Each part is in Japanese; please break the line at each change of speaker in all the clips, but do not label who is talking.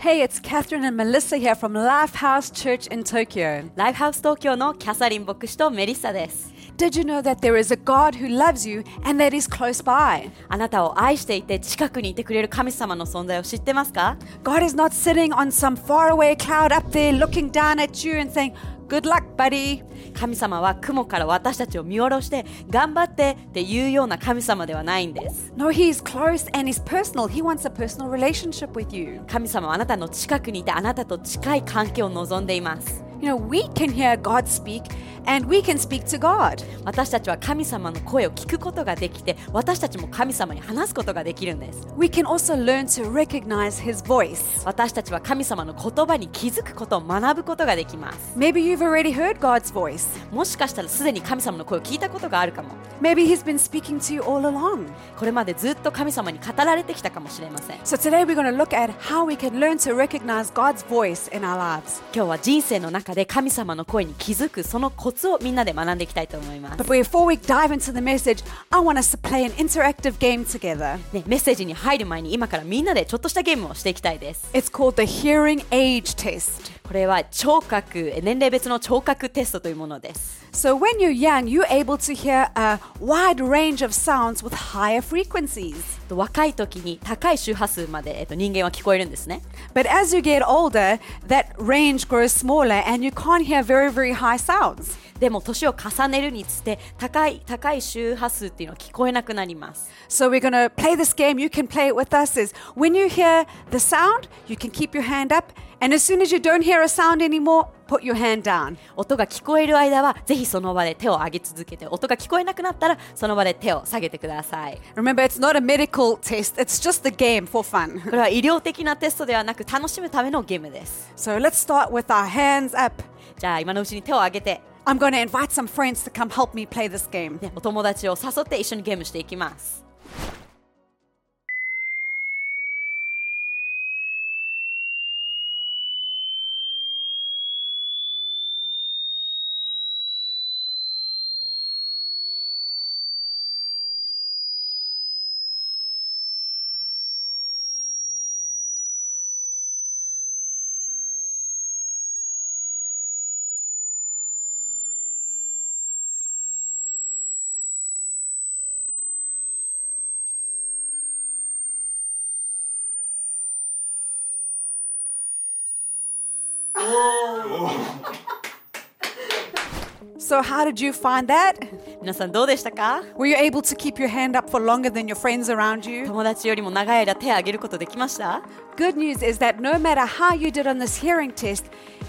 Hey, it's Catherine and Melissa here from Lifehouse Church in Tokyo.
ライフハウス東京のキャサリン牧師とメリッサです。
Did you know that there is a God who loves you and that He's close by?
あなたを愛していて近くにいてくれる神様の存在を知ってますか
God is not sitting on some faraway cloud up there looking down at you and saying, Good luck, buddy.
神様は雲から私たちを見下ろして頑張ってっていうような神様ではないんです。
No, He is close and He's personal. He wants a personal relationship with you.
神様はあなたの近くにいてあなたと近い関係を望んでいます。
You know, we can hear God speak and we can speak to God.
私たちは神様の声を聞くことができて私たちも神様に話すことができるんです。
We can also learn to recognize His voice.
私たちは神様の言葉に気づくことを学ぶことができます。
Maybe you've already heard God's voice.
もしかしたらすでに神様の声を聞いたことがあるかも。
Maybe He's been speaking to you all along.
これまでずっと神様に語られてきたかもしれません
So today we're going to look at how we can learn to recognize God's voice in our lives.
今日は人生の中で神様の声に気づくそのコツをみんなで学んでいきたいと思います
But、before we dive into the message, I want us to play an interactive game together.
ね、メッセージに入る前に今からみんなでちょっとしたゲームをしていきたいです
It's called the hearing age test.
これは聴覚え年齢別の聴覚テストというものです
So when you're young, you're able to hear a wide range of sounds with higher frequencies.
と若い時に高い周波数まで、えっと、人間は聞こえるんですね
But as you get older, that range grows smaller and you can't hear very, very high sounds.
でも年を重ねるにつれて高い高い周波数っていうのは聞こえなくなります
So we're going to play this game. You can play it with us. Is when you hear the sound, you can keep your hand up, and as soon as you don't hear a sound anymore, put your hand down.
音が聞こえる間はぜひその場で手を上げ続けて音が聞こえなくなったらその場で手を下げてください
Remember, it's not a medical test. It's just the game for fun.
これは医療的なテストではなく楽しむためのゲームです
So let's start with our hands up.
じゃあ今のうちに手を挙げて、
I'm going to invite some friends to come help me play this game.
ね、お友達を誘って一緒にゲームしていきます
So, how did you find that?
皆さんどうでしたか
Were you able to keep your hand up for longer than your friends around you?
友達よりも長い間手を挙げることできました
Good news is that no matter how you did on this hearing test,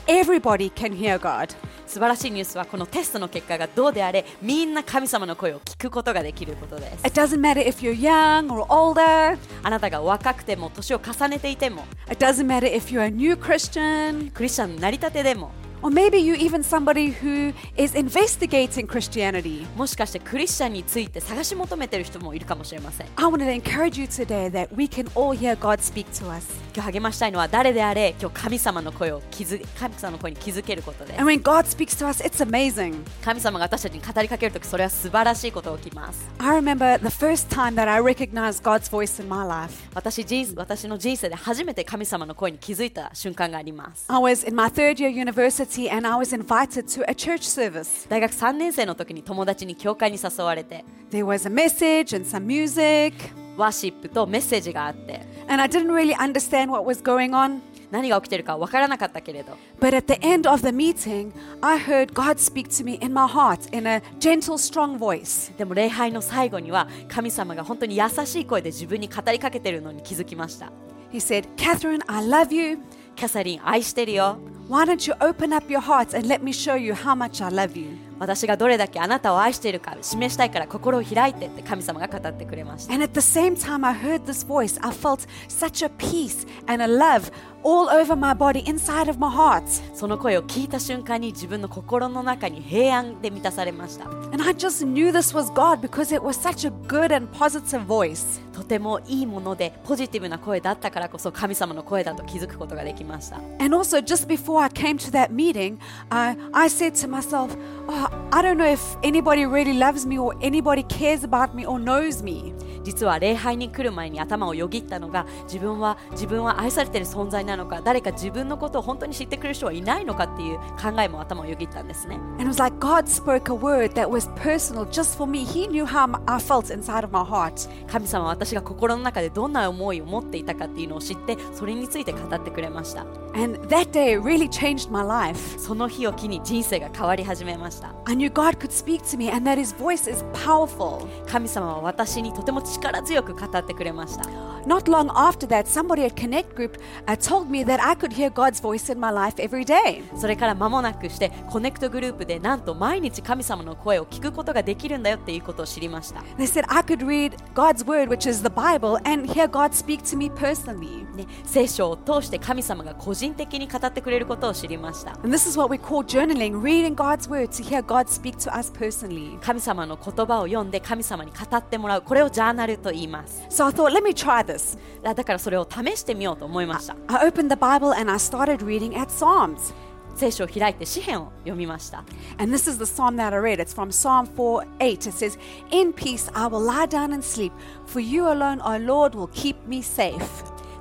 everybody can hear God.
素晴らしいニュースはこのテストの結果がどうであれみんな神様の声を聞くことができることです
It doesn't matter if you're young or older.
あなたが若くても年を重ねていても
It doesn't matter if you're a new Christian,
クリスチャンになりたてでも
or maybe you're even somebody who is investigating Christianity.
もしかしてクリスチャンについて探し求めてる人もいるかもしれません
I want to encourage you today that we can all hear God speak to us.
今日励ましたいのは誰であれ今日神様の声を気づ神様の声に気づけることです
And when God speaks to us, it's amazing.
神様が私たちに語りかけるときそれは素晴らしいことが起きます
I remember the first time that I recognized God's voice in my life.
私人私の人生で初めて神様の声に気づいた瞬間があります
I was in my third year university and I was invited to a church service.
大学3年生の時に友達に教会に誘われて
There was a message and some music,
ワーシップとメッセージがあって
and I didn't really understand what was going on.
何が起きてるか分からなかったけれど
But at the end of the meeting, I heard God speak to me in my heart in a gentle, strong voice.
でも礼拝の最後には神様が本当に優しい声で自分に語りかけてるのに気づきました
He said, Catherine, I love you.
キャサリン愛してるよ
Why don't you open up your heart and let me show you how much I love you?
私がどれだけあなたを愛しているか示したいから心を開いてって神様が語ってくれました
And at the same time, I heard this voice. I felt such a peace and a love all over my body, inside of my heart.
その声を聞いた瞬間に自分の心の中に平安で満たされました
And I just knew this was God because it was such a good and positive voice.
とてもいいものでポジティブな声だったからこそ神様の声だと気づくことができました
And also, just before I came to that meeting, I, I said to myself, oh, I don't know if anybody really loves me or anybody cares about me or knows me.
実は礼拝に来る前に頭をよぎったのが自分は自分は愛されてる存在なのか誰か自分のことを本当に知ってくれる人はいないのかっていう考えも頭をよぎったんですね
And it was like God spoke a word that was personal just for me. He knew how m- I felt inside of my heart.
神様は私が心の中でどんな思いを持っていたかっていうのを知ってそれについて語ってくれました
And that day really changed my life.
その日を機に人生が変わり始めました
I knew God could speak to me and that His voice is powerful.
神様は私にとても力強く語ってくれました
Not long after that, somebody at Connect Group uh, told me that I could hear God's voice in my life every day.
それから間もなくしてコネクトグループでなんと毎日神様の声を聞くことができるんだよっていうことを知りました
They said I could read God's word, which is the Bible, and hear God speak to me personally.
ね、聖書を通して神様が個人的に語ってくれることを知りました
And this is what we call journaling reading God's word to hear God speak to us personally.
神様の言葉を読んで神様に語ってもらうこれをジャーナルと言います
So I thought, let me try this.
だだからそれを試してみようと思いました
I opened the Bible and I started reading at Psalms.
聖書を開いて詩篇を読みました
And this is the psalm that I read. It's from Psalm 4 8. It says, In peace I will lie down and sleep, for you alone, our Lord, will keep me safe.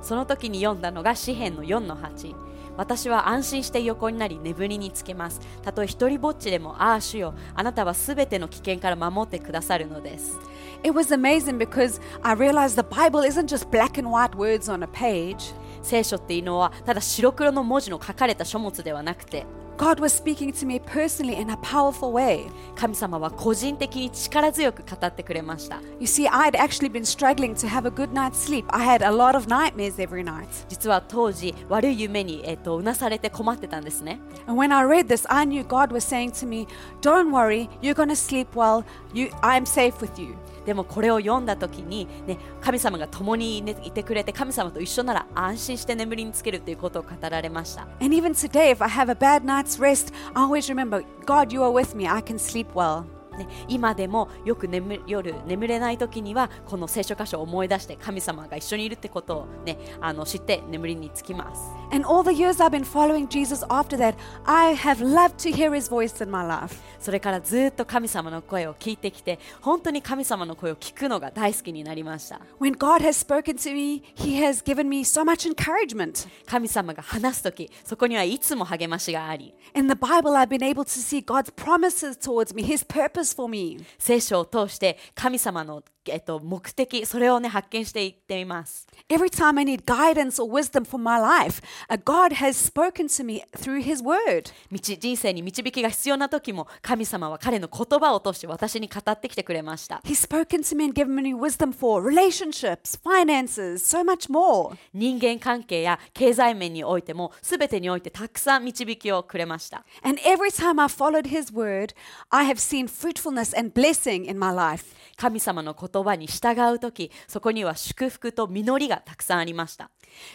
その時に読んだのが詩篇の4の8私は安心して横になり眠りにつけますたとえ一人ぼっちでもああ主よあなたはすべての危険から守ってくださるのです
It was amazing because I realized the Bible isn't just black and white words on a page.
聖書っていうのはただ白黒の文字の書かれた書物ではなくて
God was speaking to me personally in a powerful way.
神様は個人的に力強く語ってくれました
You see, I had actually been struggling to have a good night's sleep. I had a lot of nightmares every night.
実は当時悪い夢に、えっとうなされて困ってたんですね
And when I read this, I knew God was saying to me, Don't worry, you're going to sleep well. You, I'm safe with you.
でもこれを読んだ時に、ね、神様が共に、ね、いてくれて神様と一緒なら安心して眠りにつけるということを語られました
And even today, if I have a bad night's rest, I always remember, God, you are with me. I can sleep well.
ね、今でもよく眠夜眠れない時にはこの聖書箇所を思い出して神様が一緒にいるってことを、ね、あの知って眠りにつきます
And all the years I've been following Jesus after that, I have loved to hear his voice in my life.
それからずっと神様の声を聞いてきて本当に神様の声を聞くのが大好きになりました
When God has spoken to me, he has given me so much encouragement.
神様が話す時そこにはいつも励ましがあり
In the Bible, I've been able to see God's promises towards me, his purpose for me.
聖書を通して神様の、えっと、目的それを、ね、発見していっています
Every time I need guidance or wisdom for my life, uh, God has spoken to me through his word.
道人生に導きが必要な時も神様は彼の言葉を通して私に語ってきてくれました
He's spoken to me and given me wisdom for relationships, finances, so much more.
人間関係や経済面においても全てにおいてたくさん導きをくれました
And every time I followed his word, I have seen fruitfulness and blessing in my life.
神様の言葉に従う時そこには祝福と実りがたくさんありました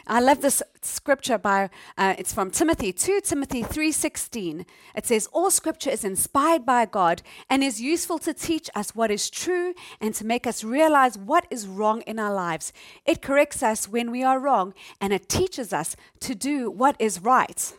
I love this scripture by uh, it's from Timothy 2 Timothy 3:16. It says all scripture is inspired by God and is useful to teach us what is true and to make us realize what is wrong in our lives. It corrects us when we are wrong and it teaches us to do what is right.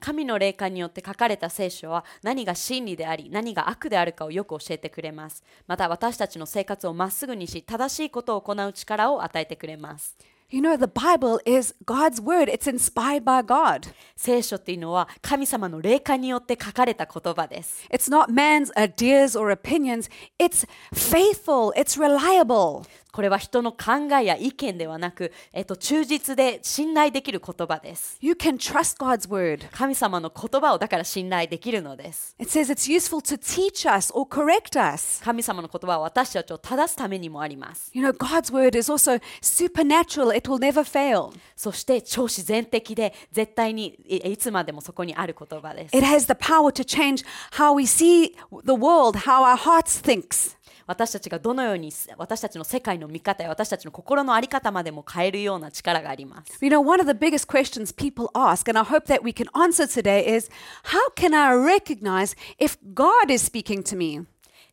神の霊感によって書かれた聖書は何が真理であり何が悪であるかをよく教えてくれますまた私たちの生活をまっすぐにし正しいことを行う力を与えてくれます
You know the Bible is God's word. It's inspired by God.
聖書っていうのは神様の霊感によって書かれた言葉です
It's not man's ideas or opinions. It's faithful. It's reliable.
これは人の考えや意見ではなく、えっと、忠実で信頼できる言葉です
You can trust God's word.
神様の言葉をだから信頼できるのです
It says it's useful to teach us or correct us.
神様の言葉は私たちを正すためにもあります
You know, God's word is also supernatural. It it will never fail.
そして超自然的で絶対にいいつまでもそこにある言葉です
It has the power to change how we see the world, how our hearts thinks.
私たちがどのように私たちの世界の見方や私たちの心の在り方までも変えるような力があります
You know, one of the biggest questions people ask, and I hope that we can answer today, is how can I recognize if God is speaking to me?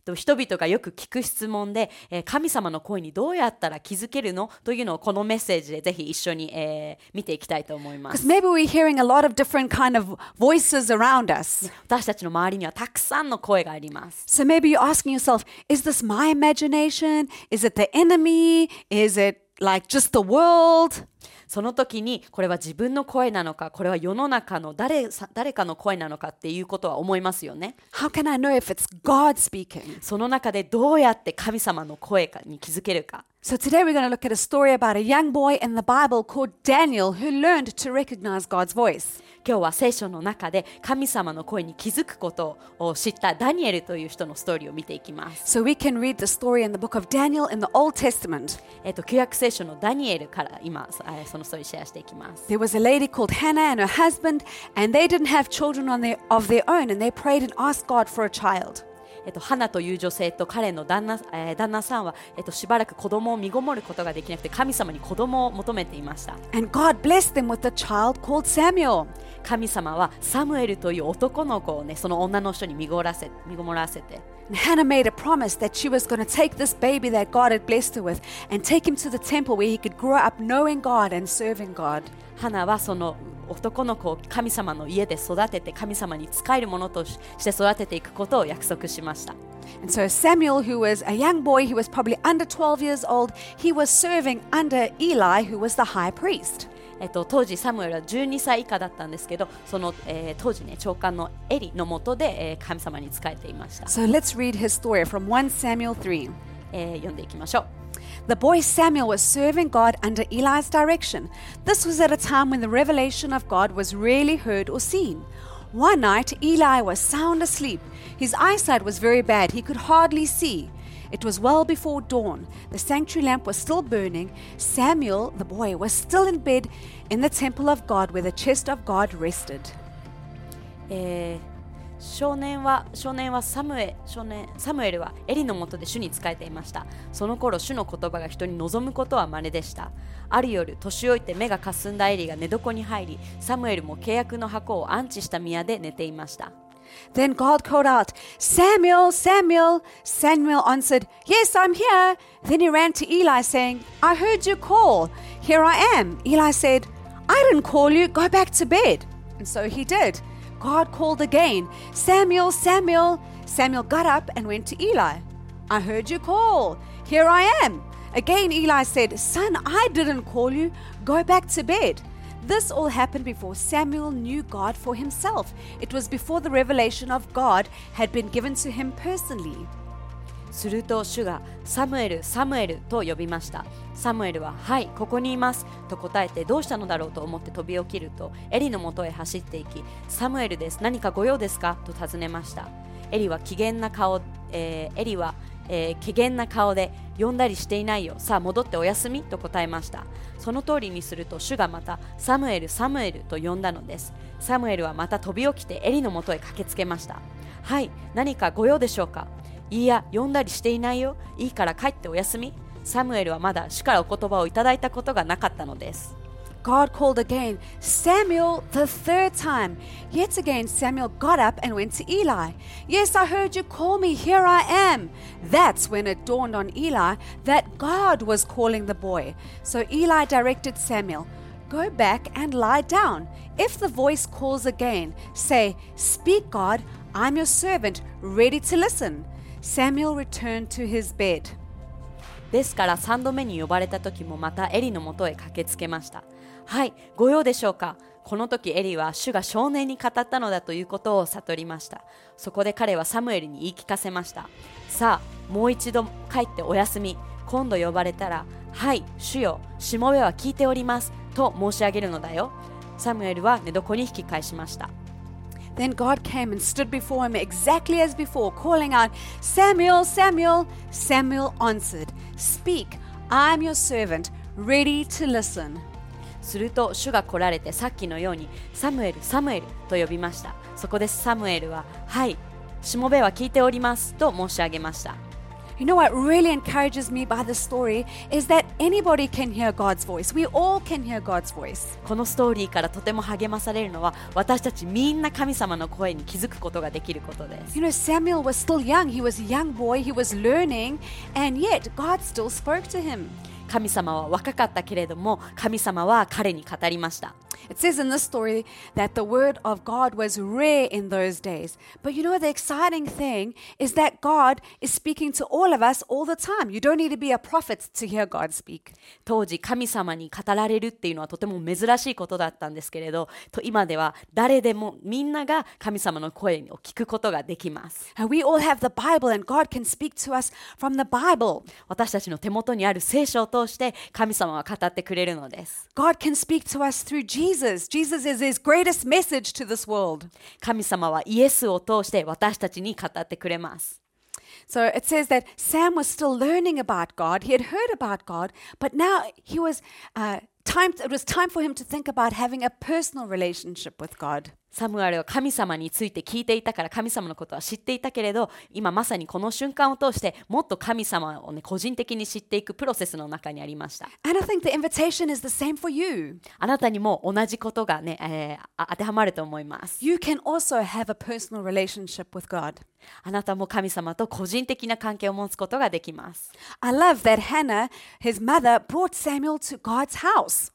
と人々がよく聞く質問で、えー神様の声にどうやったら気づけるのというのをこのメッセージでぜひ一緒に、えー見ていきたいと思いま
Because
す
maybe we're hearing a lot of different kind of voices around us.
私たちの周りにはたくさんの声があります
So maybe you're asking yourself, is this my imagination? Is it the enemy? Is it like just the world?
その時にこれは自分の声なのかこれは世の中の誰さ誰かの声なのかっていうことは思いますよね
How can I know if it's God speaking?
その中でどうやって神様の声かに気づけるか
So today we're going to look at a story about a young boy in the Bible called Daniel who learned to recognize God's voice.
今日は聖書の中で神様の声に気づくことを知ったダニエルという人のストーリーを見ていきます、
So we can read the story in the book of Daniel in the Old Testament.
えっと旧約聖書のダニエルから今そえーそのストーリーシェアしていきます
There was a lady called Hannah and her husband, and they didn't have children on their, of their own, and they prayed and asked God for a child.
えっと、花という女性と彼の旦那,、えー旦那さんは、えっと、しばらく子供を身ごもることができなくて神様に子供を求めていました
And God blessed them with a child called Samuel.
神様はサムエルという男の子をねその女の人に見ごらせ見ごもらせて
And Hannah made a promise that she was going to take this baby that God had blessed her with and take him to the temple where he could grow up knowing God and serving God.
花はその男の子を神様の家で育てて神様に仕えるものとしして育てていくことを約束しました
And so Samuel, who was a young boy, he was probably under 12 years old, he was serving under Eli, who was the high priest.
えっと、当時サムエルは12歳以下だったんですけどその、えー当時ね長官のエリのもとで、えー神様に仕えていました、
So let's read his story from 1 Samuel 3.
えー読んでいきましょう
The boy Samuel was serving God under Eli's direction. This was at a time when the revelation of God was rarely heard or seen. One night, Eli was sound asleep. His eyesight was very bad, he could hardly see. It was well before dawn. The sanctuary lamp was still burning. Samuel, the boy, was still in bed in the temple of God where the chest of God rested.
えー少年は少年はサムエ少年サムエルはエリのもとで主に仕えていましたその頃主の言葉が人に望むことは稀でしたある夜年老いて目がかすんだエリが寝床に入りサムエルも契約の箱を安置した宮で寝ていました
Then God called out, Samuel, Samuel. Samuel answered, Yes, I'm here. Then he ran to Eli, saying, I heard you call. Here I am. Eli said, I didn't call you. Go back to bed. And so he did. God called again, Samuel, Samuel. Samuel got up and went to Eli. I heard you call. Here I am. Again, Eli said, Son, I didn't call you. Go back to bed. This all happened before Samuel knew God for himself. It was before the revelation of God had been given to him personally.
すると主がサムエルサムエルと呼びましたサムエルははいここにいますと答えてどうしたのだろうと思って飛び起きるとエリのもとへ走っていきサムエルです何かご用ですかと尋ねましたエリは機嫌な顔、えーエリは、えー、機嫌な顔で呼んだりしていないよさあ戻ってお休みと答えましたその通りにすると主がまたサムエルサムエルと呼んだのですサムエルはまた飛び起きてエリのもとへ駆けつけましたはい何かご用でしょうかいいや、呼んだりしていないよ。いいから帰ってお休み。サムエルはまだ主からお言葉をいただいたことがなかったのです。
God called again, Samuel, the third time. Yet again, Samuel got up and went to Eli. Yes, I heard you call me. Here I am. That's when it dawned on Eli that God was calling the boy. So Eli directed Samuel, Go back and lie down. If the voice calls again, say, Speak, God, I'm your servant, ready to listen. Samuel returned to his bed.
ですから3度目に呼ばれた時もまたエリのもとへ駆けつけました。はい、ご用でしょうかこの時エリは主が少年に語ったのだということを悟りました。そこで彼はサムエルに言い聞かせました。さあ、もう一度帰ってお休み。今度呼ばれたら、はい、主よ、しもべは聞いております。と申し上げるのだよ。サムエルは寝床に引き返しました。
Then God came and stood before him exactly as before, calling out, Samuel, Samuel. Samuel answered, Speak, I am your servant, ready to listen.
すると主が来られてさっきのようにサムエルサムエルと呼びましたそこでサムエルははいしもべは聞いておりますと申し上げました
You know what really encourages me by this story is that anybody can hear God's voice. We all can hear God's voice.
このストーリーからとても励まされるのは私たちみんな神様の声に気づくことができることです
You know, Samuel was still young. He was a young boy. He was learning, and yet God still spoke to him.
神様は若かったけれども神様は彼に語りました
It says in this story that the word of God was rare in those days. But you know, the exciting thing is that God is speaking to all of us all the time. You don't need to be a prophet to hear God speak.
当時神様に語られるっていうのはとても珍しいことだったんですけれどと今では誰でもみんなが神様の声を聞くことができます
And we all have the Bible, and God can speak to us from the Bible.
私たちの手元にある聖書を通して神様は語ってくれるのです
God can speak to us through Jesus. Jesus is his greatest message to this world.
神様はイエスを通して私たちに語ってくれます
So it says that Sam was still learning about God. He had heard about God, but now he was uh, time. It was time for him to think about having a personal relationship with God.
サムアルは神様について聞いていたから神様のことは知っていたけれど今まさにこの瞬間を通してもっと神様をね個人的に知っていくプロセスの中にありました
And I think the invitation is the same for you.
あなたにも同じことがね、えーあ当てはまると思います
You can also have a personal relationship with God.
あなたも神様と個人的な関係を持つことができます
I love that Hannah, his mother, brought Samuel to God's house.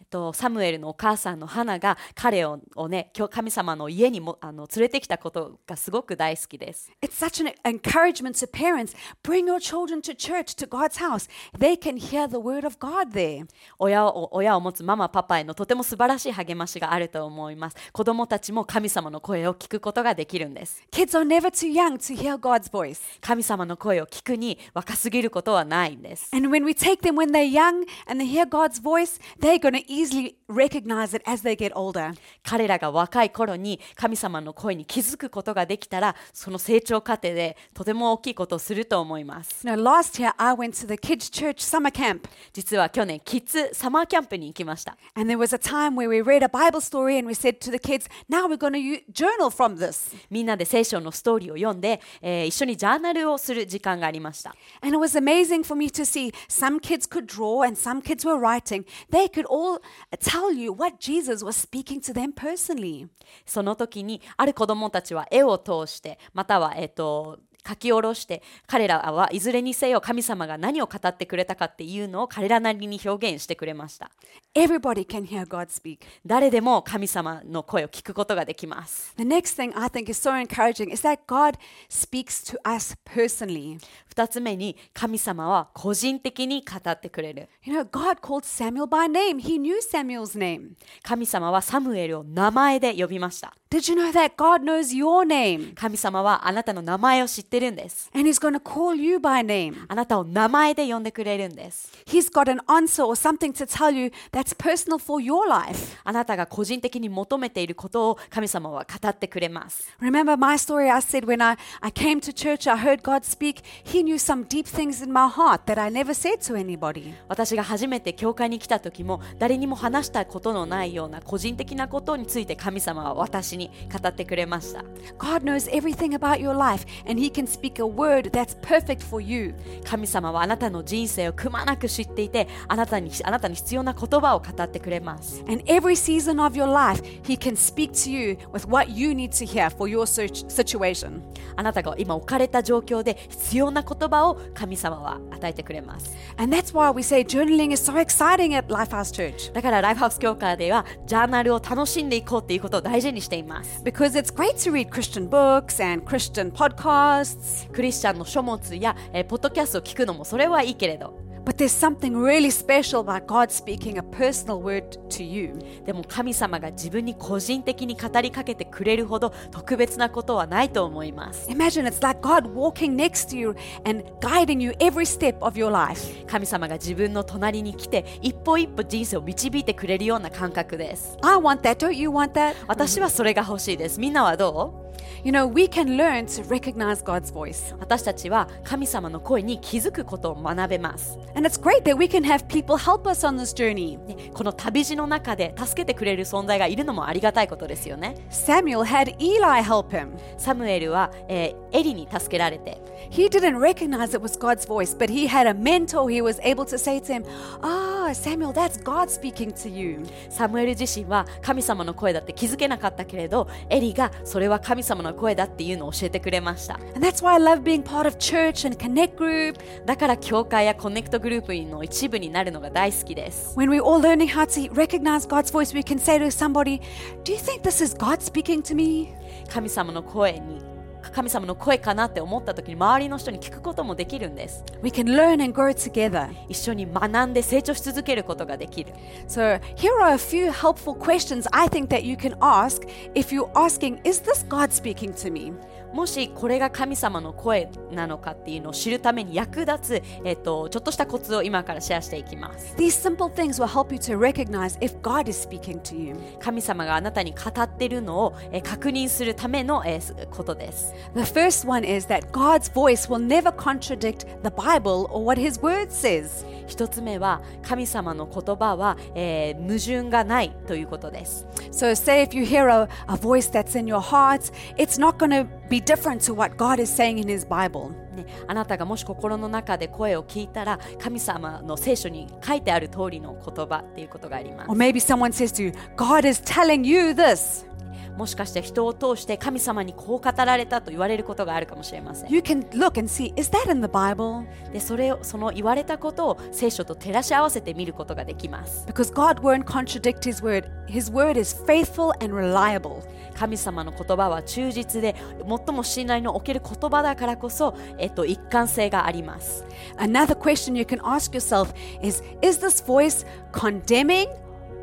えっとサムエルのお母さんの花が彼ををね今日神様の家にもあの連れてきたことがすごく大好きです
It's such an encouragement to parents. Bring your children to church, to God's house. They can hear the word of God there.
親を親を持つママパパへのとても素晴らしい励ましがあると思います子供たちも神様の声を聞くことができるんです
Kids are never too young to hear God's voice.
神様の声を聞くに若すぎることはないんです
And when we take them when they're young and they hear God's voice, they're going to easily recognize it as they get older.
彼らが若い頃に神様の声に気づくことができたらその成長過程でとても大きいことをすると思います
Now, last year I went to the kids' church summer camp,
実は去年キッズサマーキャンプに行きました
and there was a time where we read a Bible story and we said to the kids, "Now we're going to journal from this."
みんなで聖書のストーリーを読んで、えー一緒にジャーナルをする時間がありました
And it was amazing for me to see some kids could draw and some kids were writing. They could all tell you what Jesus was speaking to them personally.
その時にある子どもたちは絵を通してまたはえっ、と書き下ろして彼らはいずれにせよ神様が何を語ってくれたかっていうのを彼らなりに表現してくれました
Everybody can hear God speak.
誰でも神様の声を聞くことができます
The next thing I think is so encouraging is that God speaks to us personally.
二つ目に神様は個人的に語ってくれる
You know, God called Samuel by name. He knew Samuel's name.
神様はサムエルを名前で呼びました
Did you know that God knows your name?
神様はあなたの名前を知ってるんです
And He's going to call you by name.
あなたを名前で呼んでくれるんです
He's got an answer or something to tell you that's personal for your life.
あなたが個人的に求めていることを神様は語ってくれます
Remember my story? I said when I, I came to church, I heard God speak. He knew some deep things in my heart that I never said to anybody.
私が初めて教会に来た時も誰にも話したことのないような個人的なことについて神様は私に語ってくれました
God knows everything about your life, and He can speak a word that's perfect for you.
神様はあなたの人生をくまなく知っていてあなたにあなたに必要な言葉を語ってくれます
And every season of your life, He can speak to you with what you need to hear for your search situation.
あなたが今置かれた状況で必要な言葉を神様は与えてくれます
And that's why we say journaling is so exciting at Lifehouse Church
だからライフハウス教会ではジャーナルを楽しんでいこうっていうことを大事にしています
because it's great to read Christian books and Christian podcasts,
クリスチャンの書物や、えーポッドキャストを聞くのもそれはいいけれど
but there's something really special about God speaking a personal word to you.
でも神様が自分に個人的に語りかけてくれるほど特別なことはないと思います
Imagine it's like God walking next to you and guiding you every step of your life.
神様が自分の隣に来て一歩一歩人生を導いてくれるような感覚です
I want that, don't you want that?
私はそれが欲しいですみんなはどう
You know, we can learn to recognize God's voice.
私たちは神様の声に気づくことを学べます
And it's great that we can have people help us on this journey.
ね、この旅路の中で助けてくれる存在がいるのもありがたいことですよね
Samuel had Eli help him.
サムエルは、えーエリに助けられて
He didn't recognize it was God's voice, but he had a mentor who was able to say to him, Ah, Samuel, that's God speaking to you.
サムエル自身は神様の声だって気づけなかったけれどエリがそれは神様の声だっていうのを教えてくれました
And that's why I love being part of church and connect group.
だから教会やコネクトグループの一部になるのが大好きです
When we're all learning how to recognize God's voice, we can say to somebody, Do you think this is God speaking to me?
神様の声に神様の声かなって思った時に周りの人に聞くこともできるんです
We can learn and grow together.
一緒に学んで成長し続けることができる
So, here are a few helpful questions I think that you can ask if you're asking, Is this God speaking to me?
もしこれが神様の声なのかっていうのを知るために役立つ、えっと、ちょっとしたコツを今からシェアしていきます
These simple things will help you to recognize if God is speaking to you.
神様があなたに語ってるのを、えー確認するための、えーすことです
The first one is that God's voice will never contradict the Bible or what His Word says.
一つ目は神様の言葉は、えー矛盾がないということです
So, say if you hear a, a voice that's in your heart, it's not going to be different to what God is saying in His Bible.
ね、あなたがもし心の中で声を聞いたら神様の聖書に書いてある通りの言葉っていうことがあります
Or maybe someone says to you, God is telling you this.
もしかして人を通して神様にこう語られたと言われることがあるかもしれません
You can look and see, is that in the Bible?
でそれをその言われたことを聖書と照らし合わせて見ることができます
Because God won't contradict His Word. His Word is faithful and reliable.
神様の言葉は忠実で最も信頼のおける言葉だからこそ、えっと、一貫性があります
Another question you can ask yourself is Is this voice condemning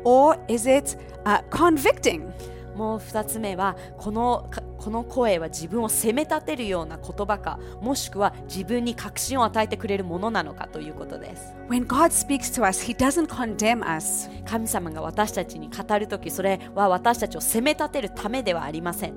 or is it uh, convicting?
もう2つ目はこのかこの声は自分を責め立てるような言葉かもしくは自分に確信を与えてくれるものなのかということです
When God speaks to us, He doesn't condemn us.
神様が私たちに語るときそれは私たちを責め立てるためではありません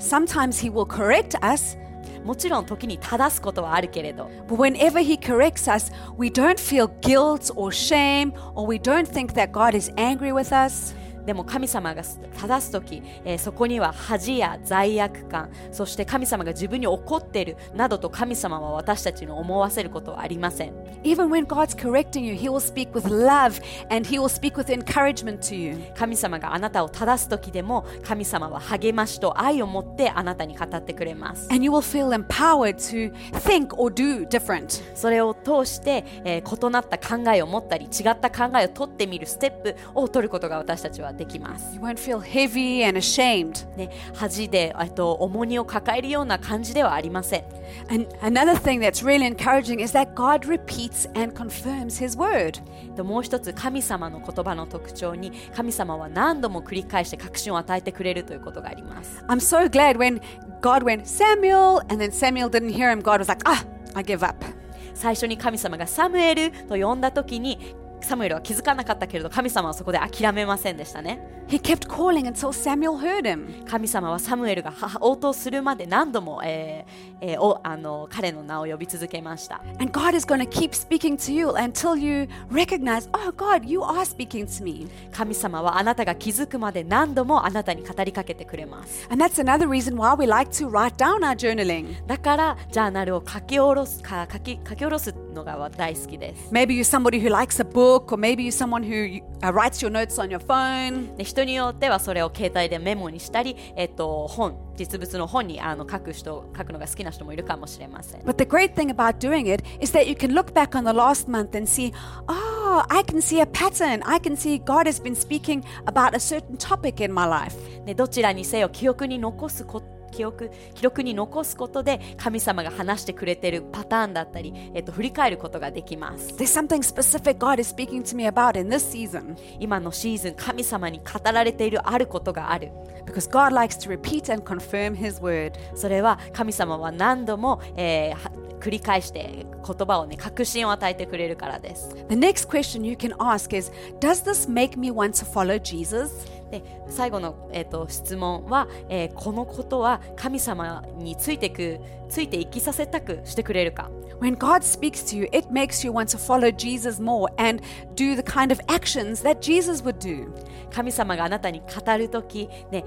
Sometimes He will correct us,
もちろん時に正すことはあるけれど
but whenever He corrects us, we don't feel guilt or shame, or we don't think that God is angry with us.
でも神様が正す時、えーそこには恥や罪悪感そして神様が自分に怒っているなどと神様は私たちに思わせることはありません
Even when God's correcting you, He will speak with love and He will speak with encouragement to you.
神様があなたを正す時でも神様は励ましと愛を持ってあなたに語ってくれます
And you will feel empowered to think or do different.
それを通して、えー異なった考えを持ったり違った考えを取ってみるステップを取ることが私たちはできます
You won't feel heavy and ashamed.
ね、恥で、えっと、重荷を抱えるような感じではありません
And another thing that's really encouraging is that God repeats and confirms His word.
ともう一つ神様の言葉の特徴に神様は何度も繰り返して確信を与えてくれるということがあります
I'm so glad when God went, Samuel, and then Samuel didn't hear him, God was like, ah, I give up.
最初に神様がサムエルと呼んだ時にサムエルは気づかなかったけれど神様はそこで諦めませんでしたね
He kept calling until Samuel heard him.
神様はサムエルがは応答するまで何度も、えーえーおあの彼の名を呼び続けました
And God is going to keep speaking to you until you recognize, oh, God, you are speaking to me.
神様はあなたが気づくまで何度もあなたに語りかけてくれます
And that's another reason why we like to write down our journaling.
だからジャーナルを書き下ろすか書き書き下ろすのが大好きです
Maybe you're somebody who likes a book, or maybe you're someone who uh, writes your notes on your phone.
で人によってはそれを携帯でメモにしたり、えっと、本実物の本にあの書く人書くのが好きな人もいるかもしれません
But the great thing about doing it is that you can look back on the last month and see, oh, I can see a pattern. I can see God has been speaking about a certain topic in my life.
でどちらにせよ記憶に残すこ記憶記録に残すことで神様が話してくれてるパターンだったり、えっと、振り返ることができます
There's something specific God is speaking to me about in this season
今のシーズン神様に語られているあることがある
because God likes to repeat and confirm His word.
それは神様は何度も、えーは繰り返して言葉をね確信を与えてくれるからです
The next question you can ask is Does this make me want to follow Jesus?
で最後の、えー、と質問は、えーこのことは神様についてくついていきさせたくしてくれるか
When God speaks to you, it makes you want to follow Jesus more and do the kind of actions that Jesus would do.
神様があなたに語るとき、ね、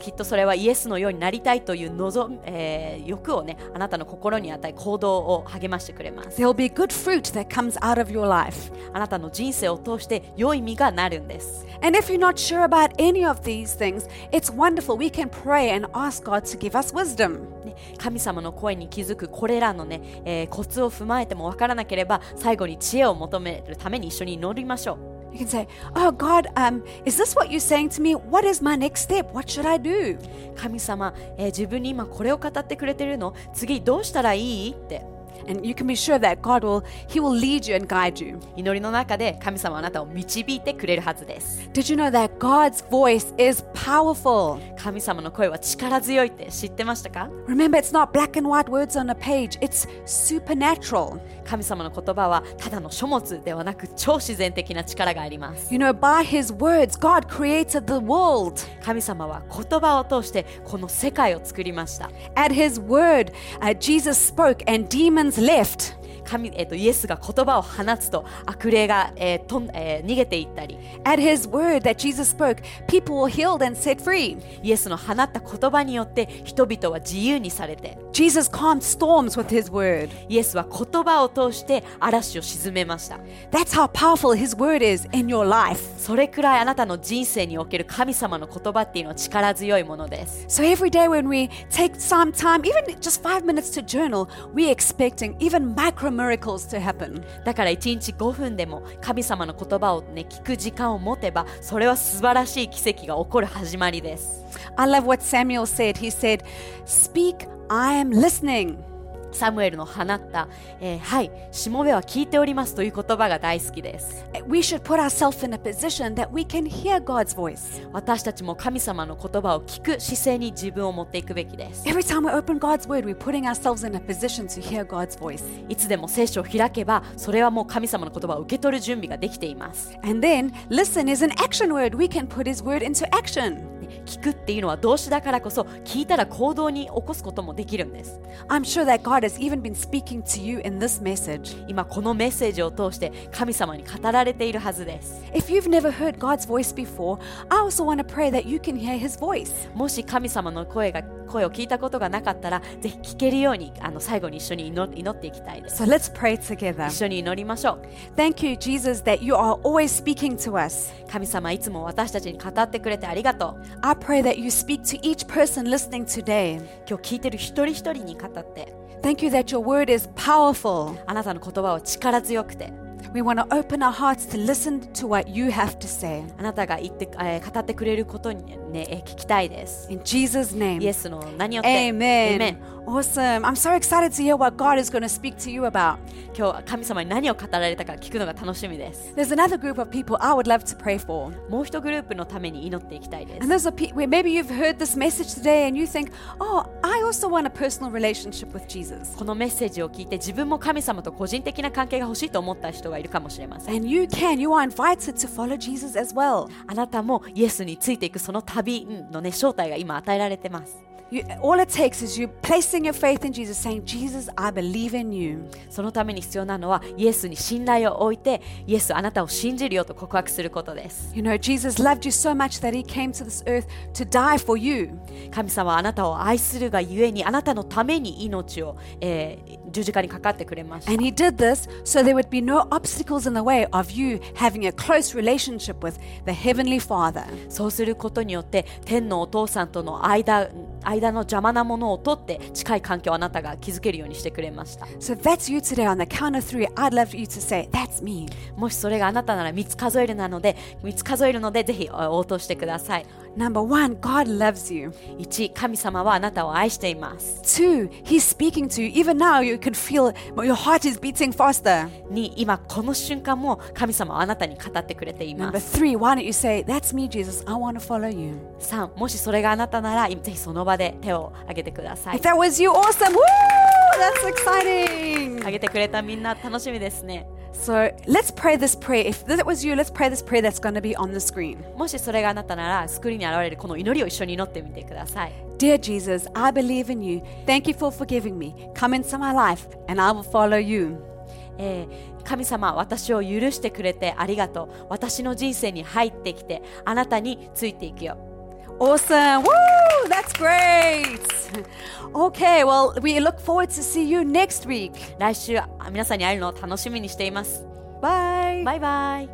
きっとそれはイエスのようになりたいという望、えー欲をねあなたの心に与え行動を励ましてくれます
There'll be good fruit that comes out of your life.
あなたの人生を通して良い実がなるんです
And if you're not sure about any of these things, it's wonderful. We can pray and ask God to give us wisdom.
ね、神様の声に気づくこれらのね、えーコツを踏まえてもわからなければ最後に知恵を求めるために一緒に祈りましょう
You can say, Oh God, um, is this what you're saying to me? What is my next step? What should I do?
神様、えー自分に今これを語ってくれてるの次どうしたらいいって
And you can be sure that God will He will lead you and guide you.
祈りの中で神様はあなたを導いてくれるはずです
Did you know that God's voice is powerful?
神様の声は力強いって知ってましたか
Remember, it's not black and white words on a page, it's supernatural.
神様の言葉はただの書物ではなく超自然的な力があります
You know, by His words, God created the world.
神様は言葉を通してこの世界を作りました
At His word, uh, Jesus spoke and demons left.
神、えー、とイエスが言葉を放つと悪霊が、えーとんえー逃げていったり
At His word that Jesus spoke, people were healed and set free.
イエスの放った言葉によって人々は自由にされて
Jesus calmed storms with His word.
イエスは言葉を通して嵐を沈めました。
That's how powerful His word is in your life.
それくらいあなたの人生における神様の言葉っていうのは力強いものです。
So every day when we take some time, even just five minutes to journal, we're expecting even micro miracles to happen.
だから1日5分でも神様の言葉をね、聞く時間を持てば、それは素晴らしい奇跡が起こる始まりです。
I love what Samuel said. He said, Speak, I am listening.
サムエルの放った、えーはい、しもべは聞いておりますという言葉が大好きです。
We should put ourselves in a position that we can hear God's voice.
私たちも神様の言葉を聞く姿勢に自分を持っていくべきです。
Every time we open God's word, we're putting ourselves in a position to hear God's voice.
いつでも聖書を開けば、それはもう神様の言葉を受け取る準備ができています。
And then, listen is an action word. We can put His word into action.
聞くっていうのは動詞だからこそ聞いたら行動に起こすこともできるんです
I'm sure that God has even been speaking to you in this message.
今このメッセージを通して神様に語られているはずです
If you've never heard God's voice before, I also want to pray that you can hear His voice.
もし神様の声が声を聞いたことがなかったらぜひ聞けるようにあの最後に一緒に祈祈っていきたいです
So let's pray together.
一緒に祈りましょう
Thank you, Jesus, that you are always speaking to us.
神様いつも私たちに語ってくれてありがとう
I pray that you speak to each person listening today.
今日聞いてる一人一人に語って
Thank you that your word is powerful.
あなたの言葉は力強くて
We want to open our hearts to listen to what you have to say.
あなたが言って、えー語ってくれることにね、えー聞きたいです。
In Jesus' name.
イエスの名によって。
Amen.
Amen
Awesome. I'm so excited to hear what God is going to speak to you about.
今日神様に何を語られたか聞くのが楽しみです
There's another group of people I would love to pray for.
もう一グループのために祈っていきたいで
And
す
those are people where maybe you've heard this message today and you think, oh, I also want a personal relationship with Jesus.
このメッセージを聞いて自分も神様と個人的な関係が欲しいと思った人がいるかもしれません
And you can. You are invited to follow Jesus as well.
あなたもイエスについていくその旅のね正体が今与えられてます
You, all it takes is you placing your faith in Jesus, saying, Jesus, I believe in you.
そのために必要なのはイエスに信頼を置いてイエスあなたを信じるよと告白することです
You know, Jesus loved you so much that he came to this earth to die for you.
神様はあなたを愛するがゆえにあなたのために命を、えー十字架にかかってくれました
And he did this so there would be no obstacles in the way of you having a close relationship with the Heavenly Father.
そうすることによって天のお父さんとの間間の邪魔なものを取って近い環境をあなたが築けるようにしてくれました
So if that's you today on the count of three, I'd love you to say, That's me.
もしそれがあなたなら3つ数えるなので3つ数えるのでぜひあ応答してください
Number one, God loves you.
1神様はあなたを愛しています
Two, He's speaking to you. Even now, you can feel your heart is beating faster.
2今この瞬間も神様はあなたに語ってくれていま
Number
す
three, why don't you say, That's me, Jesus. I want to follow you.
3もしそれがあなたならぜひその場で手を挙げてください
If that was you, awesome. Woo! That's exciting.
挙げてくれたみんな楽しみですね
So let's pray this prayer. If that was you, let's pray this prayer that's going to be on the screen.
もしそれがあなたならスクリーンに現れるこの祈りを一緒に祈ってみてください
Dear Jesus, I believe in you. Thank you for forgiving me. Come into my life and I will follow you.
えー神様私を許してくれてありがとう私の人生に入ってきてあなたについていくよ
Awesome. Woo! That's great. Okay, well, we look forward to see you next week.
来週あ皆さんに会えるのを楽しみにしています
Bye.
バイバイ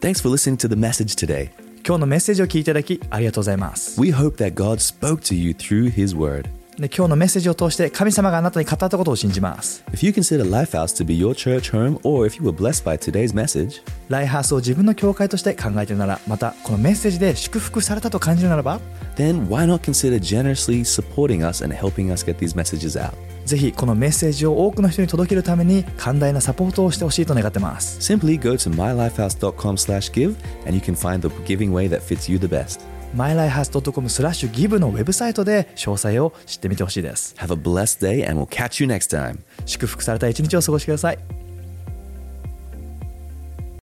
Thanks for listening to the message today.
今日のメッセージを聞いていただきありがとうございます。
We hope that God spoke to you through His Word.
で今日のメッセージを通して神様があなたに語ったことを信じます。
If you consider Lifehouse to be your church home, or if you were blessed by today's message,
ライハースを自分の教会として考えているなら、またこのメッセージで祝福されたと感じるならば、
then why not consider generously supporting us and helping us get these messages out?
ぜひこのメッセージを多くの人に届けるために寛大なサポートをしてほしいと願ってます。
Simply go to mylifehouse.com/give and you can find the giving way that fits you the best.
mylifehouse.com スラッシュギブのウェブサイトで詳細を知ってみてほしいです。
Have a blessed day and we'll catch you next time.
祝福された一日を過ごしてください。